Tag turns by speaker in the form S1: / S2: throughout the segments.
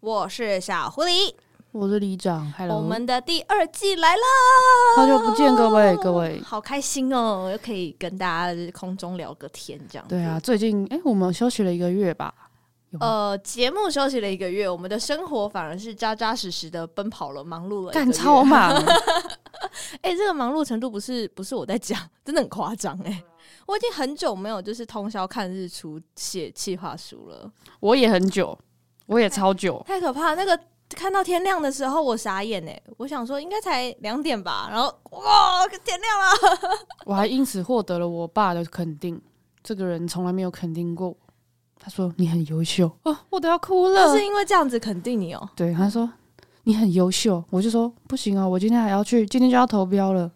S1: 我是小狐狸，
S2: 我是李长，Hello，
S1: 我们的第二季来了，
S2: 好久不见各位各位
S1: 好开心哦，又可以跟大家就是空中聊个天这样。
S2: 对啊，，最近哎、我们休息了一个月吧，有吗
S1: 呃，节目休息了一个月，我们的生活反而是扎扎实实的奔跑了，忙碌了一个
S2: 干、
S1: 月
S2: 超忙，
S1: 哎、这个忙碌程度不是不是我在讲，真的很夸张哎！我已经很久没有就是通宵看日出写企划书了，
S2: 我也很久，我也超久，
S1: 太可怕！那个看到天亮的时候，我傻眼哎！我想说应该才两点吧，然后哇，天亮了！
S2: 我还因此获得了我爸的肯定，这个人从来没有肯定过我，他说你很优秀啊，我都要哭了
S1: 那，是因为这样子肯定你哦、
S2: 对，他说你很优秀，我就说不行啊，我今天还要去，今天就要投标了，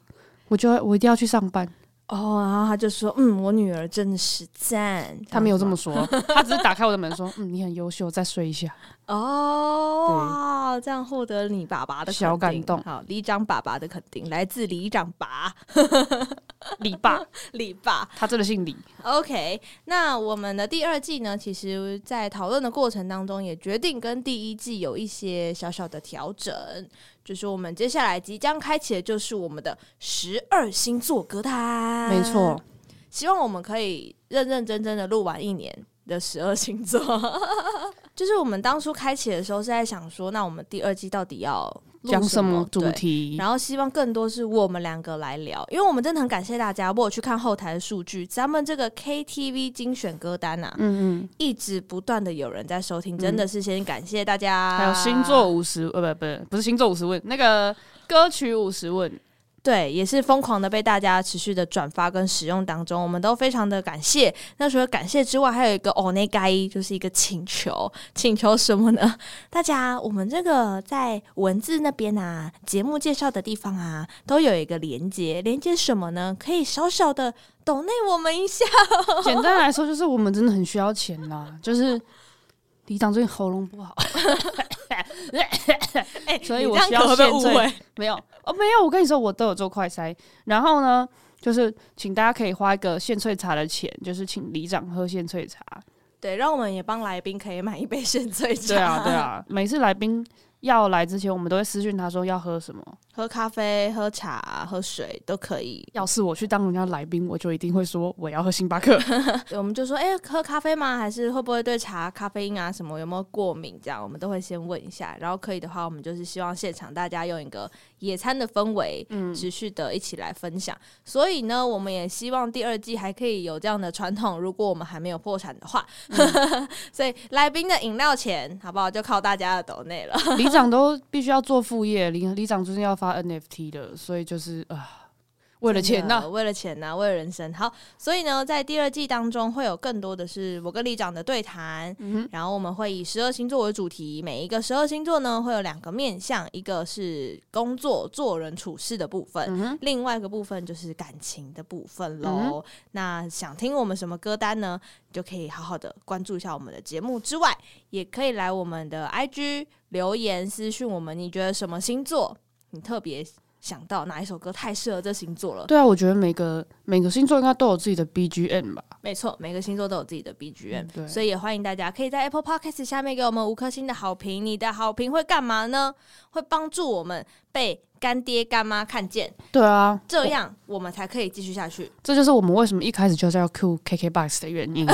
S2: 我就要我一定要去上班，
S1: 哦，然后他就说：“嗯，我女儿真是赞。”
S2: 他没有这么说，他只是打开我的门说，嗯，你很优秀，再睡一下。
S1: 哦，
S2: 对
S1: 哇，哦这样获得你爸爸的肯定
S2: 小感动
S1: 好，里长爸爸的肯定来自里长爸
S2: 李爸，
S1: 李爸。
S2: 他真的姓李，
S1: OK，那我们的第二季呢，其实，在讨论的过程当中，也决定跟第一季有一些小小的调整，就是我们接下来即将开启的就是我们的十二星座歌单，
S2: 没错，。
S1: 希望我们可以认认真真的录完一年的十二星座。 就是我们当初开启的时候是在想说，那我们第二季到底要录
S2: 讲什么主
S1: 对
S2: 题？
S1: 然后希望更多是我们两个来聊，因为我们真的很感谢大家。我有去看后台的数据，咱们这个 KTV 精选歌单啊，
S2: 嗯嗯，
S1: 一直不断的有人在收听，真的是先感谢大家。
S2: 还有星座，五十，呃，不不不是星座五十问，那个歌曲五十问，
S1: 对，也是疯狂的被大家持续的转发跟使用当中，我们都非常的感谢。那除了感谢之外，还有一个哦，那该就是一个请求，请求什么呢？大家，我们这个在文字那边啊，节目介绍的地方啊，都有一个连接，连接什么呢？可以小小的抖内我们一下。
S2: 简单来说就是我们真的很需要钱啦，就是李长最近喉咙不好，
S1: 哎、
S2: 所以
S1: 你
S2: 我
S1: 这样
S2: 需要
S1: 可能会
S2: 现在
S1: 误会。
S2: 没有哦，没有，我跟你说，我都有做快筛，然后呢，就是请大家可以花一个现萃茶的钱，就是请李长喝现萃茶，
S1: 对，让我们也帮来宾可以买一杯 现萃茶。
S2: 对啊对，啊，每次来宾要来之前，我们都会私讯他说要喝什么，
S1: 喝咖啡、喝茶、喝水都可以。
S2: 要是我去当人家来宾，我就一定会说我要喝星巴克。
S1: 对 我们就说，哎、喝咖啡吗？还是会不会对茶、咖啡因啊什么有没有过敏？这样我们都会先问一下，然后可以的话，我们就是希望现场大家用一个野餐的氛围，持续的一起来分享。所以呢，我们也希望第二季还可以有这样的传统。如果我们还没有破产的话， 所以来宾的饮料钱好不好，就靠大家的抖内了。
S2: 里长都必须要做副业，里里长最近要发 NFT 的，所以就是啊，为了钱呐、
S1: 真的为了钱呐、为了人生。好，所以呢，在第二季当中会有更多的是我跟里长的对谈，
S2: 嗯
S1: 然后我们会以十二星座为主题，每一个十二星座呢会有两个面向，一个是工作、做人处事的部分，
S2: 嗯
S1: 另外一个部分就是感情的部分喽。那想听我们什么歌单呢？就可以好好的关注一下我们的节目之外，也可以来我们的 IG 留言私讯我们，你觉得什么星座你特别想到哪一首歌太适合这星座了？
S2: 对啊，我觉得每个每个星座应该都有自己的 BGM 吧。
S1: 没错，每个星座都有自己的 BGM，、
S2: 嗯对
S1: 所以也欢迎大家可以在 Apple Podcast 下面给我们五颗星的好评。你的好评会干嘛呢？会帮助我们被干爹干妈看见，
S2: 对啊，
S1: 这样我们才可以继续下去。
S2: 这就是我们为什么一开始就是要 Q KKBox 的原因。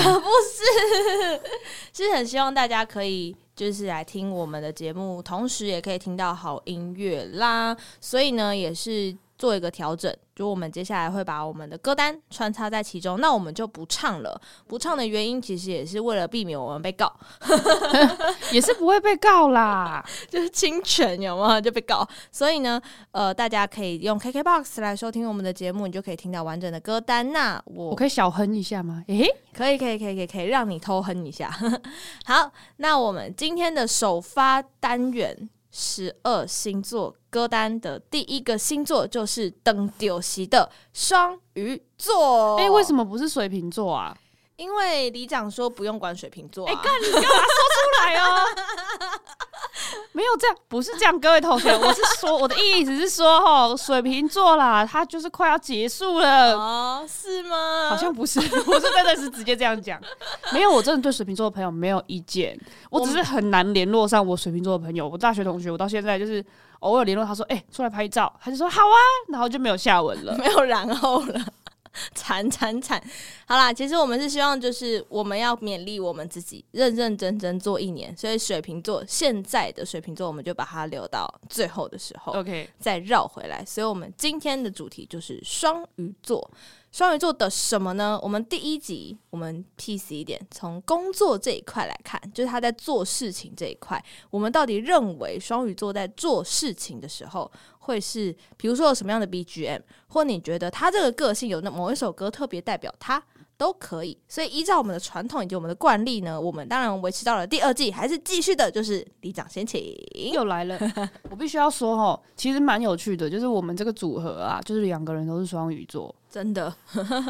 S1: 是很希望大家可以就是来听我们的节目，同时也可以听到好音乐啦。所以呢，也是做一个调整，就我们接下来会把我们的歌单穿插在其中。那我们就不唱了，不唱的原因其实也是为了避免我们被告，
S2: 也是不会被告啦。
S1: 就是侵权有没有就被告。所以呢，呃，大家可以用 KKBOX 来收听我们的节目，你就可以听到完整的歌单。那
S2: 我
S1: 我
S2: 可以小哼一下吗？诶、
S1: 可以可以可以可以可以让你偷哼一下。 好，那我们今天的首发单元十二星座歌单的第一个星座就是登丢席的双鱼座。
S2: 诶、为什
S1: 么？
S2: 么不是水瓶座啊？
S1: 因为里长说不用管水瓶座、啊。
S2: 你干嘛说出来哦？ 没有这样，不是这样，各位同学，我是说我的意思是说，哦，水瓶座啦，他就是快要结束了，
S1: 哦，是 吗？
S2: 好像不是， 我是真的是直接这样讲。没有，我真的对水瓶座的朋友没有意见，我只是很难联络上我水瓶座的朋友。我大学同学，我到现在就是偶尔联络他说，哎、出来拍照，他就说好啊，然后就没有下文 了。
S1: 没有然后了。 惨惨惨！好啦，其实我们是希望，就是我们要勉励我们自己，认认真真做一年。所以水瓶座现在的水瓶座，我们就把它留到最后的时候。
S2: OK，
S1: 再绕回来。所以，我们今天的主题就是双鱼座。双鱼座的什么呢？我们第一集我们 peace 一点，从工作这一块来看，就是他在做事情这一块，我们到底认为双鱼座在做事情的时候会是，比如说有什么样的 BGM，或你觉得他这个个性有那某一首歌特别代表他。都可以，所以依照我们的传统以及我们的惯例呢，我们当然维持到了第二季，还是继续的，就是里长先请。
S2: 又来 了，我必须要说哦，其实蛮有趣的，就是我们这个组合啊，就是两个人都是双鱼座。
S1: 真的，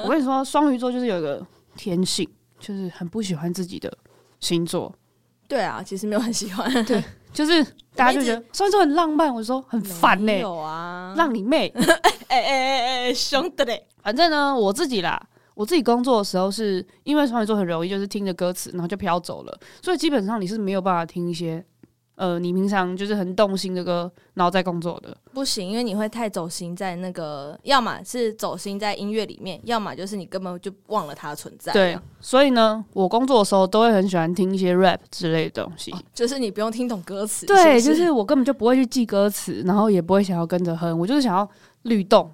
S2: 我跟你说，双鱼座就是有一个天性，就是很不喜欢自己的星座，
S1: 对啊，其实没有很喜欢，
S2: 就是大家就觉
S1: 我
S2: 得双鱼座很浪漫，我就说很烦呢、
S1: 没有啊，
S2: 让你妹。
S1: 哎哎哎哎，凶的嘞，
S2: 反正呢，我自己啦，我自己工作的时候是因为双鱼座很容易就是听着歌词，然后就飘走了，所以基本上你是没有办法听一些呃你平常就是很动心的歌，然后在工作的。
S1: 不行，因为你会太走心在那个，要么是走心在音乐里面，要么就是你根本就忘了它的存在。哦
S2: 对，啊所以呢，我工作的时候都会很喜欢听一些 rap 之类的东西。
S1: 就是你不用听懂歌词，
S2: 哦对，
S1: 是不
S2: 就是是我根本就不会去记歌词，然后也不会想要跟着哼，我就是想要律动，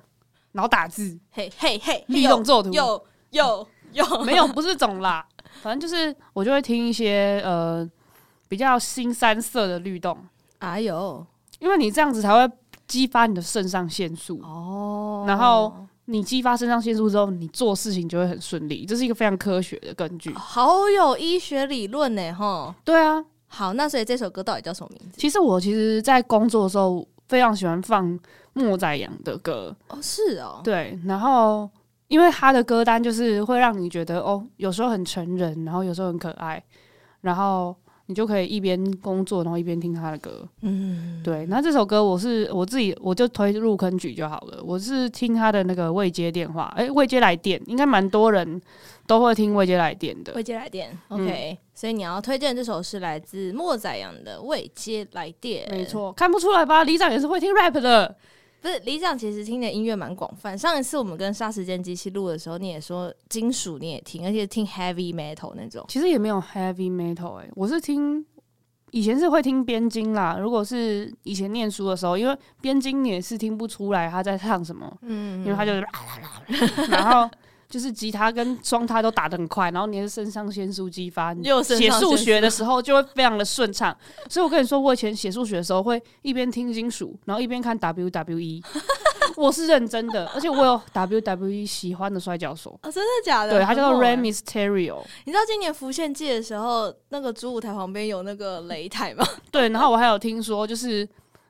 S2: 然后打 字，
S1: 嘿嘿嘿，
S2: 律动作图，
S1: 有有有，
S2: 没有不是这种啦，反正就是我就会听一些呃比较新三色的律动，
S1: 哎呦，
S2: 因为你这样子才会激发你的肾上腺素。
S1: 哦
S2: 然后你激发肾上腺素之后，你做事情就会很顺利，这是一个非常科学的根据。
S1: 好有医学理论呢，吼。
S2: 对啊，
S1: 好，那所以这首歌到底叫什么名字？
S2: 其实我其实，在工作的时候非常喜欢放莫宰阳的歌，
S1: 哦，是哦，
S2: 对，然后因为他的歌单就是会让你觉得哦，有时候很成人，然后有时候很可爱，然后你就可以一边工作，然后一边听他的歌。
S1: 嗯，
S2: 对，那这首歌我是我自己我就推入坑曲就好了。我是听他的那个未接电话，诶，未接来电应该蛮多人都会听未接来电的
S1: 未。接来电，OK，、所
S2: 嗯
S1: 以你要推荐这首是来自莫宰阳的《未接来电》，
S2: 没错，看不出来吧？李长也是会听 rap 的。
S1: 不是李长，其实听的音乐蛮广泛。上一次我们跟杀时间机器录的时候，你也说金属你也听，而且听 heavy metal 那种。
S2: 其实也没有 heavy metal 哎、我是听以前是会听边境啦。如果是以前念书的时候，因为边境你也是听不出来他在唱什么，
S1: 嗯
S2: 因为他就是，然后就是吉他跟双踏都打得很快，然后你的肾上腺素激发，你
S1: 又肾
S2: 写
S1: 上腺
S2: 数
S1: 素
S2: 学的时候就会非常的顺畅。所以我跟你说，我以前写数学的时候会一边听金属，然后一边 看 WWE，我是认真的，而且我有 WWE 喜欢的摔跤手。
S1: 哦，真的假的？
S2: 对，他叫做
S1: 很
S2: Rey
S1: 猛欸
S2: Mysterio。
S1: 你知道今年浮现季的时候，那个主舞台旁边有那个擂台吗？
S2: 对，然后我还有听说，就是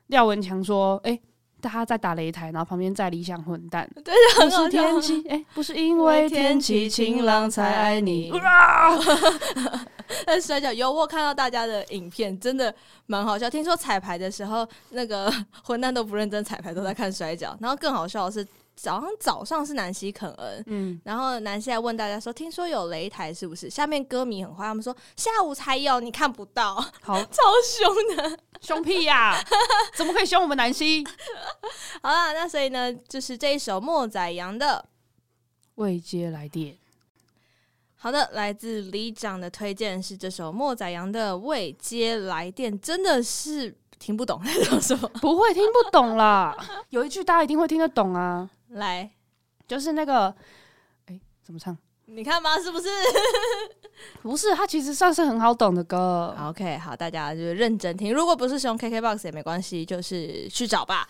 S2: 廖文强说，哎、大家在打擂台，然后旁边在理想混蛋，
S1: 对，
S2: 不
S1: 很
S2: 是
S1: 好笑
S2: 天。气，哎、不是因为天气晴朗才爱你，
S1: 但是摔跤有我看到大家的影片，真的蛮好笑。听说彩排的时候，那个混蛋都不认真彩排，都在看摔跤。然后更好笑的是，早上早上是南希肯恩，
S2: 嗯，
S1: 然后南希还问大家说：“听说有擂台是不是？”下面歌迷很坏，他们说：“下午才有，你看不到，
S2: 好
S1: 超凶的。
S2: 凶屁呀、怎么可以凶我们南希？”
S1: 好啦，那所以呢，就是这一首莫宰阳的。
S2: 未接来电，
S1: 好的，来自李长的推荐是这首莫宰阳的《未接来电》，真的是听不懂在讲什么。
S2: 不会听不懂啦，有一句大家一定会听得懂啊，
S1: 来，
S2: 就是那个，哎、怎么唱？
S1: 你看吧，是不是
S2: 不是，它其实算是很好懂的歌。
S1: 好？OK，好，大家就是认真听。如果不是使用 KKBOX 也没关系，就是去找吧。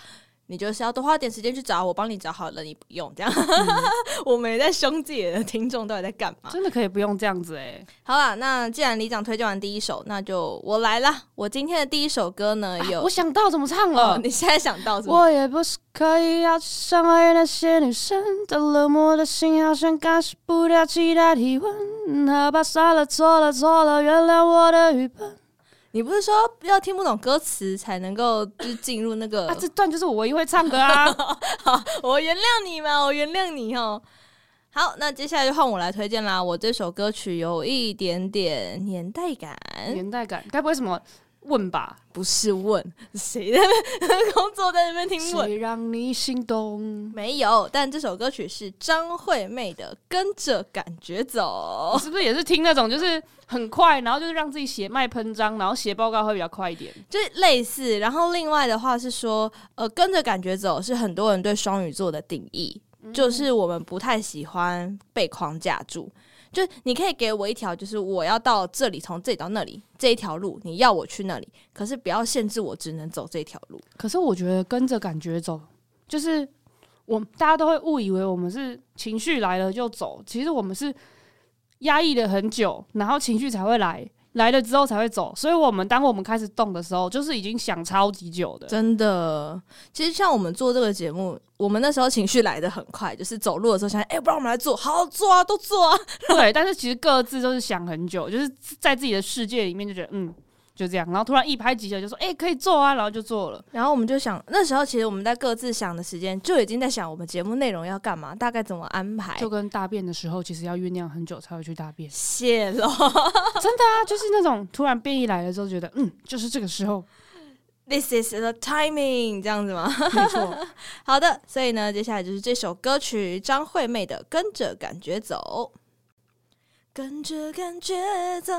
S1: 你就是要多花点时间去找，我帮你找好了，你不用这样。 我没在凶自己的听众到底在干嘛。
S2: 真的可以不用这样子哎、
S1: 好啦，那既然李长推荐完第一首，那就我来啦。我今天的第一首歌呢，有、
S2: 我想到怎么唱了，
S1: 哦，你现在啊想到什么？
S2: 我也不是刻意要去伤害那些女生的冷漠的心，好像感受不到其他体温。好吧，算了，错了，错了，原谅我的愚笨。
S1: 你不是说要听不懂歌词才能够就是进入那个？
S2: 啊，这段就是我唯一会唱的 啊！
S1: 好， 我原谅你嘛，我原谅你哦。好，那接下来就换我来推荐啦。我这首歌曲有一点点年代感，
S2: 年代感，该不会什么问吧？
S1: 不是问谁在那边工作在那边听问，
S2: 谁让 你心动？
S1: 没有。但这首歌曲是张惠妹的《跟着感觉走
S2: 你》。是不是也是听那种就是很快，然后就是让自己血脉喷张，然后写报告会比较快一点？
S1: 就是类似。然后另外的话是说，呃，跟着感觉走是很多人对双鱼座的定义，就是我们不太喜欢被框架住。就是你可以给我一条，就是我要到这里，从这里到那里这一条路，你要我去那里，可是不要限制我只能走这条路。
S2: 可是我觉得跟着感觉走，就是我大家都会误以为我们是情绪来了就走，其实我们是压抑了很久，然后情绪才会来，来了之后才会走。所以我们当我们开始动的时候，就是已经想超级久的。
S1: 真的，其实像我们做这个节目，我们那时候情绪来的很快，就是走路的时候想，哎、不然我们来做，好做啊，都做啊。
S2: 对， 但是其实各自都是想很久，就是在自己的世界里面就觉得嗯。就这样，然后突然一拍即合，就说：“哎、可以做啊！”然后就做了。
S1: 然后我们就想，那时候其实我们在各自想的时间，就已经在想我们节目内容要干嘛，大概怎么安排。
S2: 就跟大便的时候，其实要酝酿很久才会去大便。
S1: 谢喽，
S2: 啊，就是那种突然变异来了之后，觉得嗯，就是这个时候，
S1: ，This is the timing，这样子吗？
S2: 没错。
S1: 好的，所以呢，接下来就是这首歌曲张惠妹的《跟着感觉走》。跟着感觉走，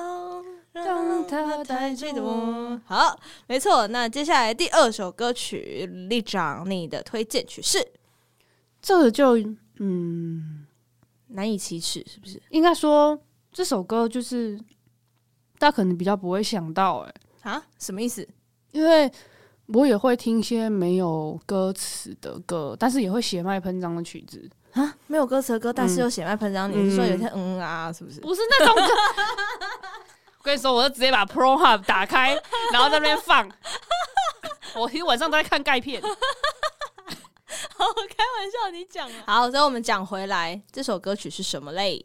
S1: 让它带着我。好，没错。那接下来第二首歌曲，立长，你的推荐曲是《
S2: 这个就嗯，
S1: 难以启齿》，是不是？
S2: 应该说这首歌就是大家可能比较不会想到、欸，
S1: 啊，什么意思？
S2: 因为我也会听一些没有歌词的歌，但是也会血脉喷张的曲子，
S1: 啊，没有歌词的歌，但是有血脉喷张。你是说有些嗯啊，是不是？
S2: 不是那种歌。 我跟你说，我就直接把 Pro Hub 打开，然后在那边放。我其实晚上都在看钙 片，
S1: 好，开玩笑，你讲啊。好，所以我们讲回来，这首歌曲是什么类？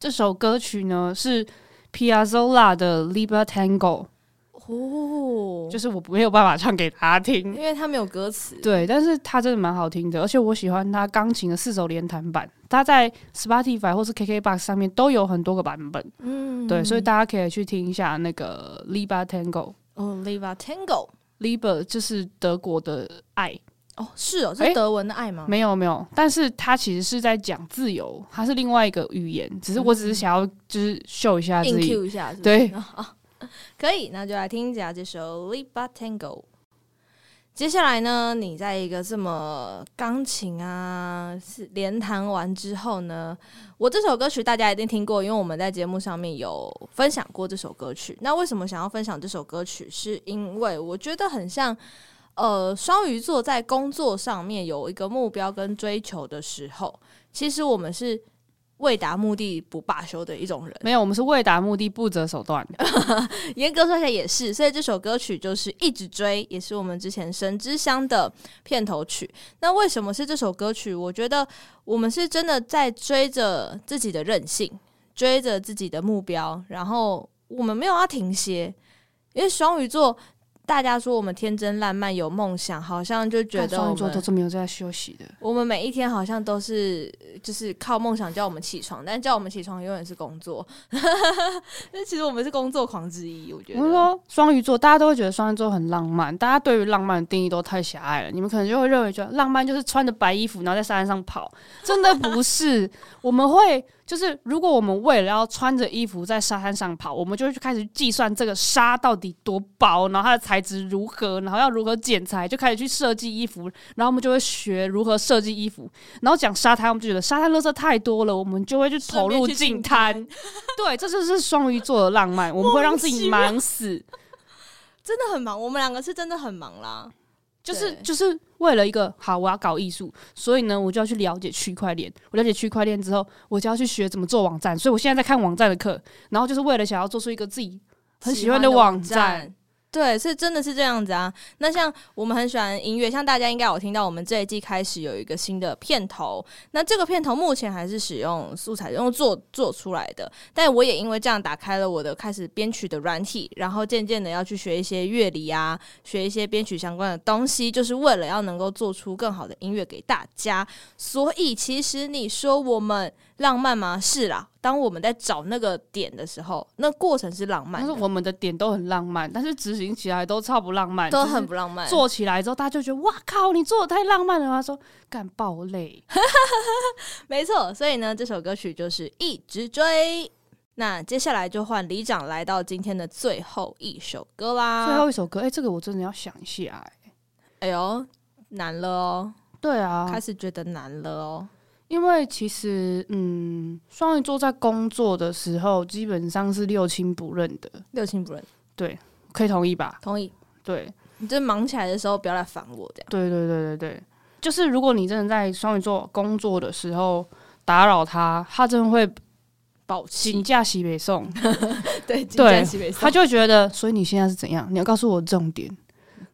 S2: 这首歌曲呢是 Piazzolla 的《Libra Tango
S1: 哦》，
S2: 就是我没有办法唱给大家听
S1: 因，为它没有歌词。
S2: 对，但是它真的蛮好听的，而且我喜欢它钢琴的四手联弹版，它在 Spotify 或是 KKBox 上面都有很多个版本，
S1: 嗯
S2: 对，所以大家可以去听一下那个 Liba Tango。
S1: 哦，Liva Tango，
S2: Liber 就是德国的爱，
S1: 哦，是哦，这
S2: 哎
S1: 是德文的爱吗？
S2: 没有没有，但是它其实是在讲自由，它是另外一个语言，只是我只是想要就是秀一下
S1: 嗯硬
S2: 自己
S1: Q 一下，是不是
S2: 对
S1: 啊， 可以，那就来听一下这首《Liba Tango》。接下来呢，你在一个这么钢琴啊是连弹完之后呢，我这首歌曲大家一定听过，因为我们在节目上面有分享过这首歌曲。那为什么想要分享这首歌曲？是因为我觉得很像。呃，双鱼座在工作上面有一个目标跟追求的时候，其实我们是为达目的不罢休的一种人。
S2: 没有，我们是为达目的不择手段。
S1: 严格说起来也是，所以这首歌曲就是一直追，也是我们之前《神之乡》的片头曲。那为什么是这首歌曲？我觉得我们是真的在追着自己的任性，追着自己的目标，然后我们没有要停歇，因为双鱼座。大家说我们天真烂漫，有梦想，好像就觉
S2: 但
S1: 得
S2: 双
S1: 我
S2: 鱼座都
S1: 们
S2: 是没有在休息的，
S1: 我们每一天好像都是就是靠梦想叫我们起床，但叫我们起床永远是工作。 那其实我们是工作狂之一，我觉得。
S2: 我是说，双鱼座大家都会觉得双鱼座很浪漫，大家对于浪漫的定义都太狭隘了。你们可能就会认为，觉得浪漫就是穿着白衣服，然后在沙滩上跑，真的不是。 我们会就是，如果我们为了要穿着衣服在沙滩上跑，我们就会去开始计算这个沙到底多薄，然后它的材质如何，然后要如何剪裁，就开始去设计衣服。然后我们就会学如何设计衣服。然后讲沙滩，我们就觉得沙滩垃圾太多了，我们就会去投入净滩。对，这就是双鱼座的浪漫，我们会让自己忙死，
S1: 真的很忙，我们两个是真的很忙啦。
S2: 就是
S1: 对
S2: 就是为了一个好，我要搞艺术，所以呢，我就要去了解区块链。我了解区块链之后，我就要去学怎么做网站，所以我现在在看网站的课，然后就是为了想要做出一个自己很喜欢的网站。
S1: 对，是真的是这样子啊。那像我们很喜欢音乐，像大家应该有听到，我们这一季开始有一个新的片头。那这个片头目前还是使用素材用做做出来的，但我也因为这样打开了我的开始编曲的软体，然后渐渐的要去学一些乐理啊，学一些编曲相关的东西，就是为了要能够做出更好的音乐给大家。所以其实你说我们浪漫吗？是啦，当我们在找那个点的时候，那过程是浪漫
S2: 但
S1: 的
S2: 是我们的点都很浪漫，但是执行起来都超不浪漫，
S1: 都
S2: 就是
S1: 很不浪漫。
S2: 做起来之后，大家就觉得哇靠，你做的太浪漫了。他说干爆累，
S1: 没错，所以呢，这首歌曲就是一直追。那接下来就换李长来到今天的最后一首歌啦。
S2: 最后一首歌，哎、这个我真的要想一下、哎，
S1: 哎呦，难了哦，
S2: 对啊
S1: 开，始觉得难了哦。
S2: 因为其实嗯，双鱼座在工作的时候基本上是六亲不认的，
S1: 六亲不认，
S2: 可以同意吧？
S1: 同意。
S2: 对，
S1: 你这忙起来的时候不要来烦我，这样。
S2: 对对对对对，就是如果你真的在双鱼座工作的时候打扰他，他真的会
S1: 抱
S2: 请
S1: 歉，
S2: 假西北送，
S1: 对
S2: 对
S1: 对
S2: 他就会觉得，所以你现在是怎样？你要告诉我重点，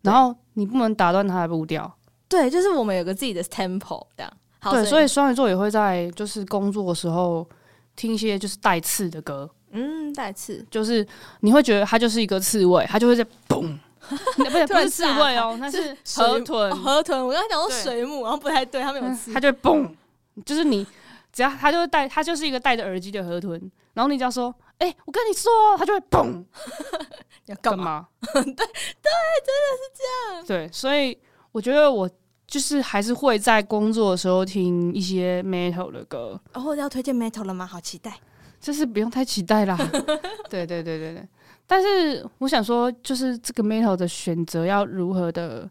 S2: 然后你不能打断他的步调。
S1: 对，就是我们有个自己的 tempo 这样。好，
S2: 对，所以双鱼座也会在就是工作的时候听一些就是带刺的歌，
S1: 嗯，带刺，
S2: 就是你会觉得他就是一个刺猬，他就会在 嘣，不是
S1: 突
S2: 不
S1: 然
S2: 是刺猬哦，那是
S1: 水
S2: 河
S1: 哦
S2: 豚，
S1: 河豚，我刚才讲过
S2: 对
S1: 水母，然后不太对，他们有刺
S2: 他。就会嘣，就是你只要他就会戴，他就是一个戴着耳机的河豚，然后你只要说，哎、我跟你说哦，他就会嘣，
S1: 你要干
S2: 干
S1: 嘛？
S2: 嘛？ 对对，真的是这样。对，所以我觉得我就是还是会在工作的时候听一些 metal 的歌，
S1: 哦，要推荐 metal 了吗？好期待。
S2: 就是不用太期 待啦。对对对对对，但是我想说，就是这个 metal 的选择要如何的，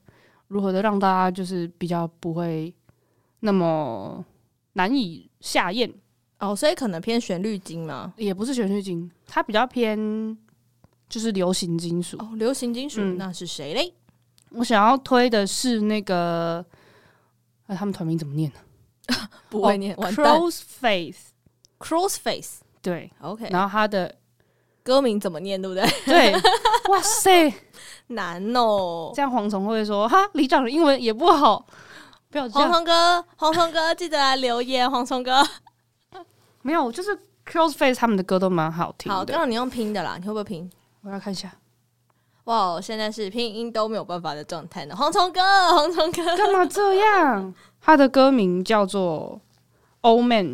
S2: 如何的让大家就是比较不会那么难以下咽，
S1: 哦，所以可能偏旋律金嘛。
S2: 也不是旋律金，它比较偏就是流行金属。
S1: 哦，流行金属、
S2: 嗯
S1: 那是谁嘞？
S2: 我想要推的是那个，啊、他们团名怎么念呢、哦
S1: 不
S2: 会
S1: 念
S2: Crossface，
S1: 哦 Crossface。
S2: 对，
S1: OK，
S2: 然后他的
S1: 歌名怎么念？对不 对？
S2: 对，哇塞，
S1: 难哦
S2: 这。样蝗虫会说哈，李长的英文也不好，不要这
S1: 黄
S2: 样，
S1: 虫哥，黄虫哥，记得来留言。黄虫哥，
S2: 没有，就是 Crossface 他们的歌都蛮好听
S1: 好，刚
S2: 的，
S1: 好你用拼的啦，你会不会拼？
S2: 我要看一下，
S1: 哇，现在是拼音都没有办法的状态呢。黄虫哥，黄虫哥
S2: 干嘛这样？他的歌名叫做《Old Man》，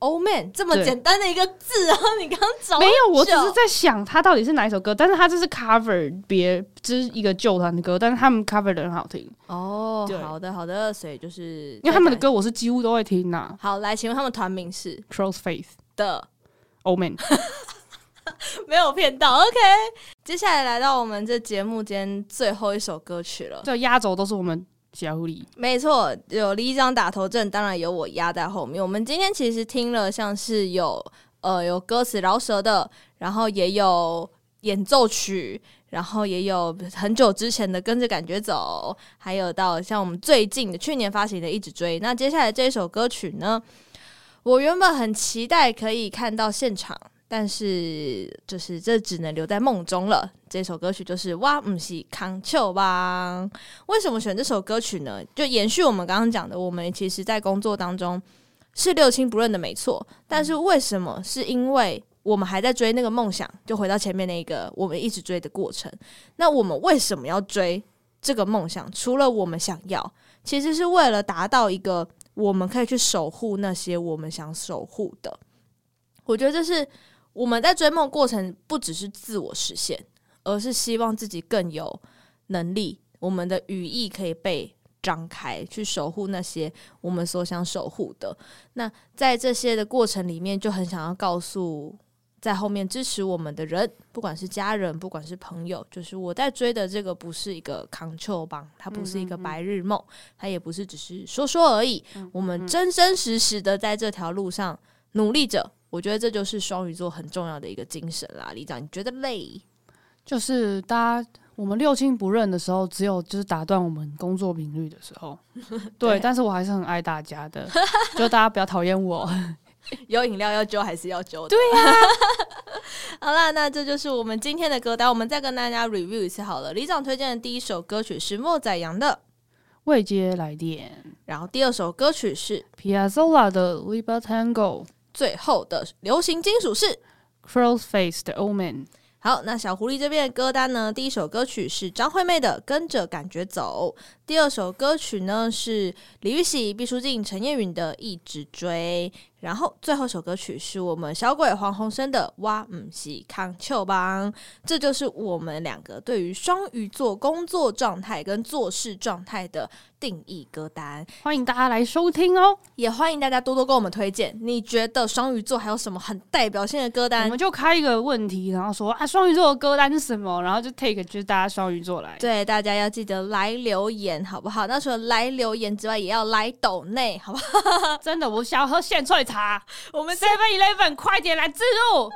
S1: ，Oh man，这么
S2: 对
S1: 简单的一个字，然后你刚找
S2: 没有，我只
S1: 久
S2: 是在想他到底是哪一首歌，但是他这是 cover 别，这是一个旧团的歌，但是他们 cover 的很好听，
S1: 哦
S2: 对，
S1: 好的好的，所以就是
S2: 因为他们的歌我是几乎都会听呐、
S1: 好来，请问他们团名是
S2: Crossface、
S1: 的
S2: Old Man。
S1: 没有骗到。OK，接下来来到我们这节目间最后一首歌曲了。
S2: 这压轴都是我们小狐狸，
S1: 没错，有李长打头阵，当然有我压在后面。我们今天其实听了像是有呃有歌词饶舌的，然后也有演奏曲，然后也有很久之前的跟着感觉走，还有到像我们最近的去年发行的一直追。那接下来这一首歌曲呢，我原本很期待可以看到现场。但是，就是这只能留在梦中了。这首歌曲就是《哇唔是康丘吧》。为什么选这首歌曲呢？就延续我们刚刚讲的，我们其实在工作当中是六亲不认的，没错。但是为什么？是因为我们还在追那个梦想，就回到前面那个我们一直追的过程。那我们为什么要追这个梦想？除了我们想要，其实是为了达到一个我们可以去守护那些我们想守护的。我觉得这是我们在追梦过程，不只是自我实现，而是希望自己更有能力，我们的羽翼可以被张开，去守护那些我们所想守护的。那在这些的过程里面，就很想要告诉在后面支持我们的人，不管是家人，不管是朋友，就是我在追的这个不是一个 control 棒，它不是一个白日梦，它也不是只是说说而已。我们真真实实的在这条路上努力着。我觉得这就是双鱼座很重要的一个精神啦，李长，你觉得累？
S2: 就是大家我们六亲不认的时候，只有就是打断我们工作频率的时 候。对，
S1: 对
S2: 但是我还是很爱大家的， 就大家不要讨厌我。
S1: 有饮料要揪还是要揪的？
S2: 对
S1: 呀、 好啦，那这就是我们今天的歌单，我们再跟大家 review 一次好了。李长推荐的第一首歌曲是莫宰阳的，
S2: 未接来电
S1: 然后第二首歌曲是
S2: Piazzolla 的 Liber Tango。
S1: 最后的流行金属是。
S2: Crossface 的 Omen，
S1: 好，那小狐狸这边的歌单呢，第一首歌曲是张惠妹的《跟着感觉走》，第二首歌曲呢是李玉玺、毕书尽、陈燕允的《一直追》，然后最后一首歌曲是我们小鬼黄鸿升的《哇嗯西康丘邦》。这就是我们两个对于双鱼座工作状态跟做事状态的定义歌单，
S2: 欢迎大家来收听哦。
S1: 也欢迎大家多多跟我们推荐，你觉得双鱼座还有什么很代表性的歌单
S2: 我？们就开一个问题，然后说啊，双鱼座的歌单是什么？然后就 take 就是大家双鱼座来。
S1: 对，大家要记得来留言，好不好？那除了来留言之外，也要来抖内，好不 好？
S2: 真的，我想要喝现萃茶。
S1: 我 们
S2: Seven Eleven，快点来自入。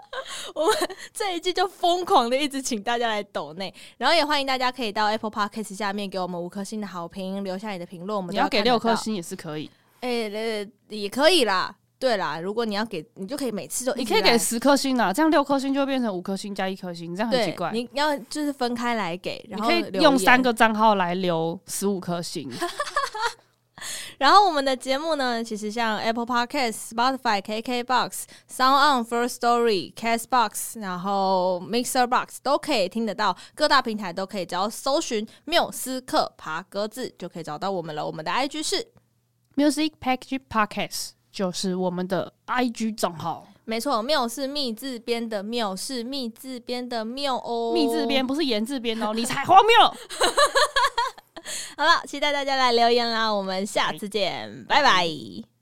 S1: 这一季就疯狂的一直请大家来抖内，然后也欢迎大家可以到 Apple Podcast 下面给我们五颗星的好评，留下你的评论，我们
S2: 你
S1: 都
S2: 要给
S1: 看得
S2: 六颗
S1: 到，
S2: 星也是可以，
S1: 哎、呃也可以啦。对啦，如果你要给，你就可以每次都
S2: 你
S1: 一直
S2: 可以给
S1: 来
S2: 十颗星啦，这样六颗星就会变成五颗星加一颗星，这样很奇
S1: 对
S2: 怪，。
S1: 你要就是分开来给，
S2: 你
S1: 然后
S2: 可以
S1: 留
S2: 用
S1: 言
S2: 三个账号来留十五颗星，
S1: 然后我们的节目呢，其实像 Apple Podcast、Spotify、KKBox、Sound On、First Story、Castbox，然后 Mixer Box 都可以听得到，各大平台都可以，只要搜寻缪斯克爬格子就可以找到我们了。我们的 IG 是
S2: Music Package Podcast 就是我们的 IG 账号，
S1: 没错，缪是密字边的缪，是密字边的缪哦，
S2: 密字边。不是言字边哦，你才荒谬。
S1: 好了，期待大家来留言啦，我们下次见，拜拜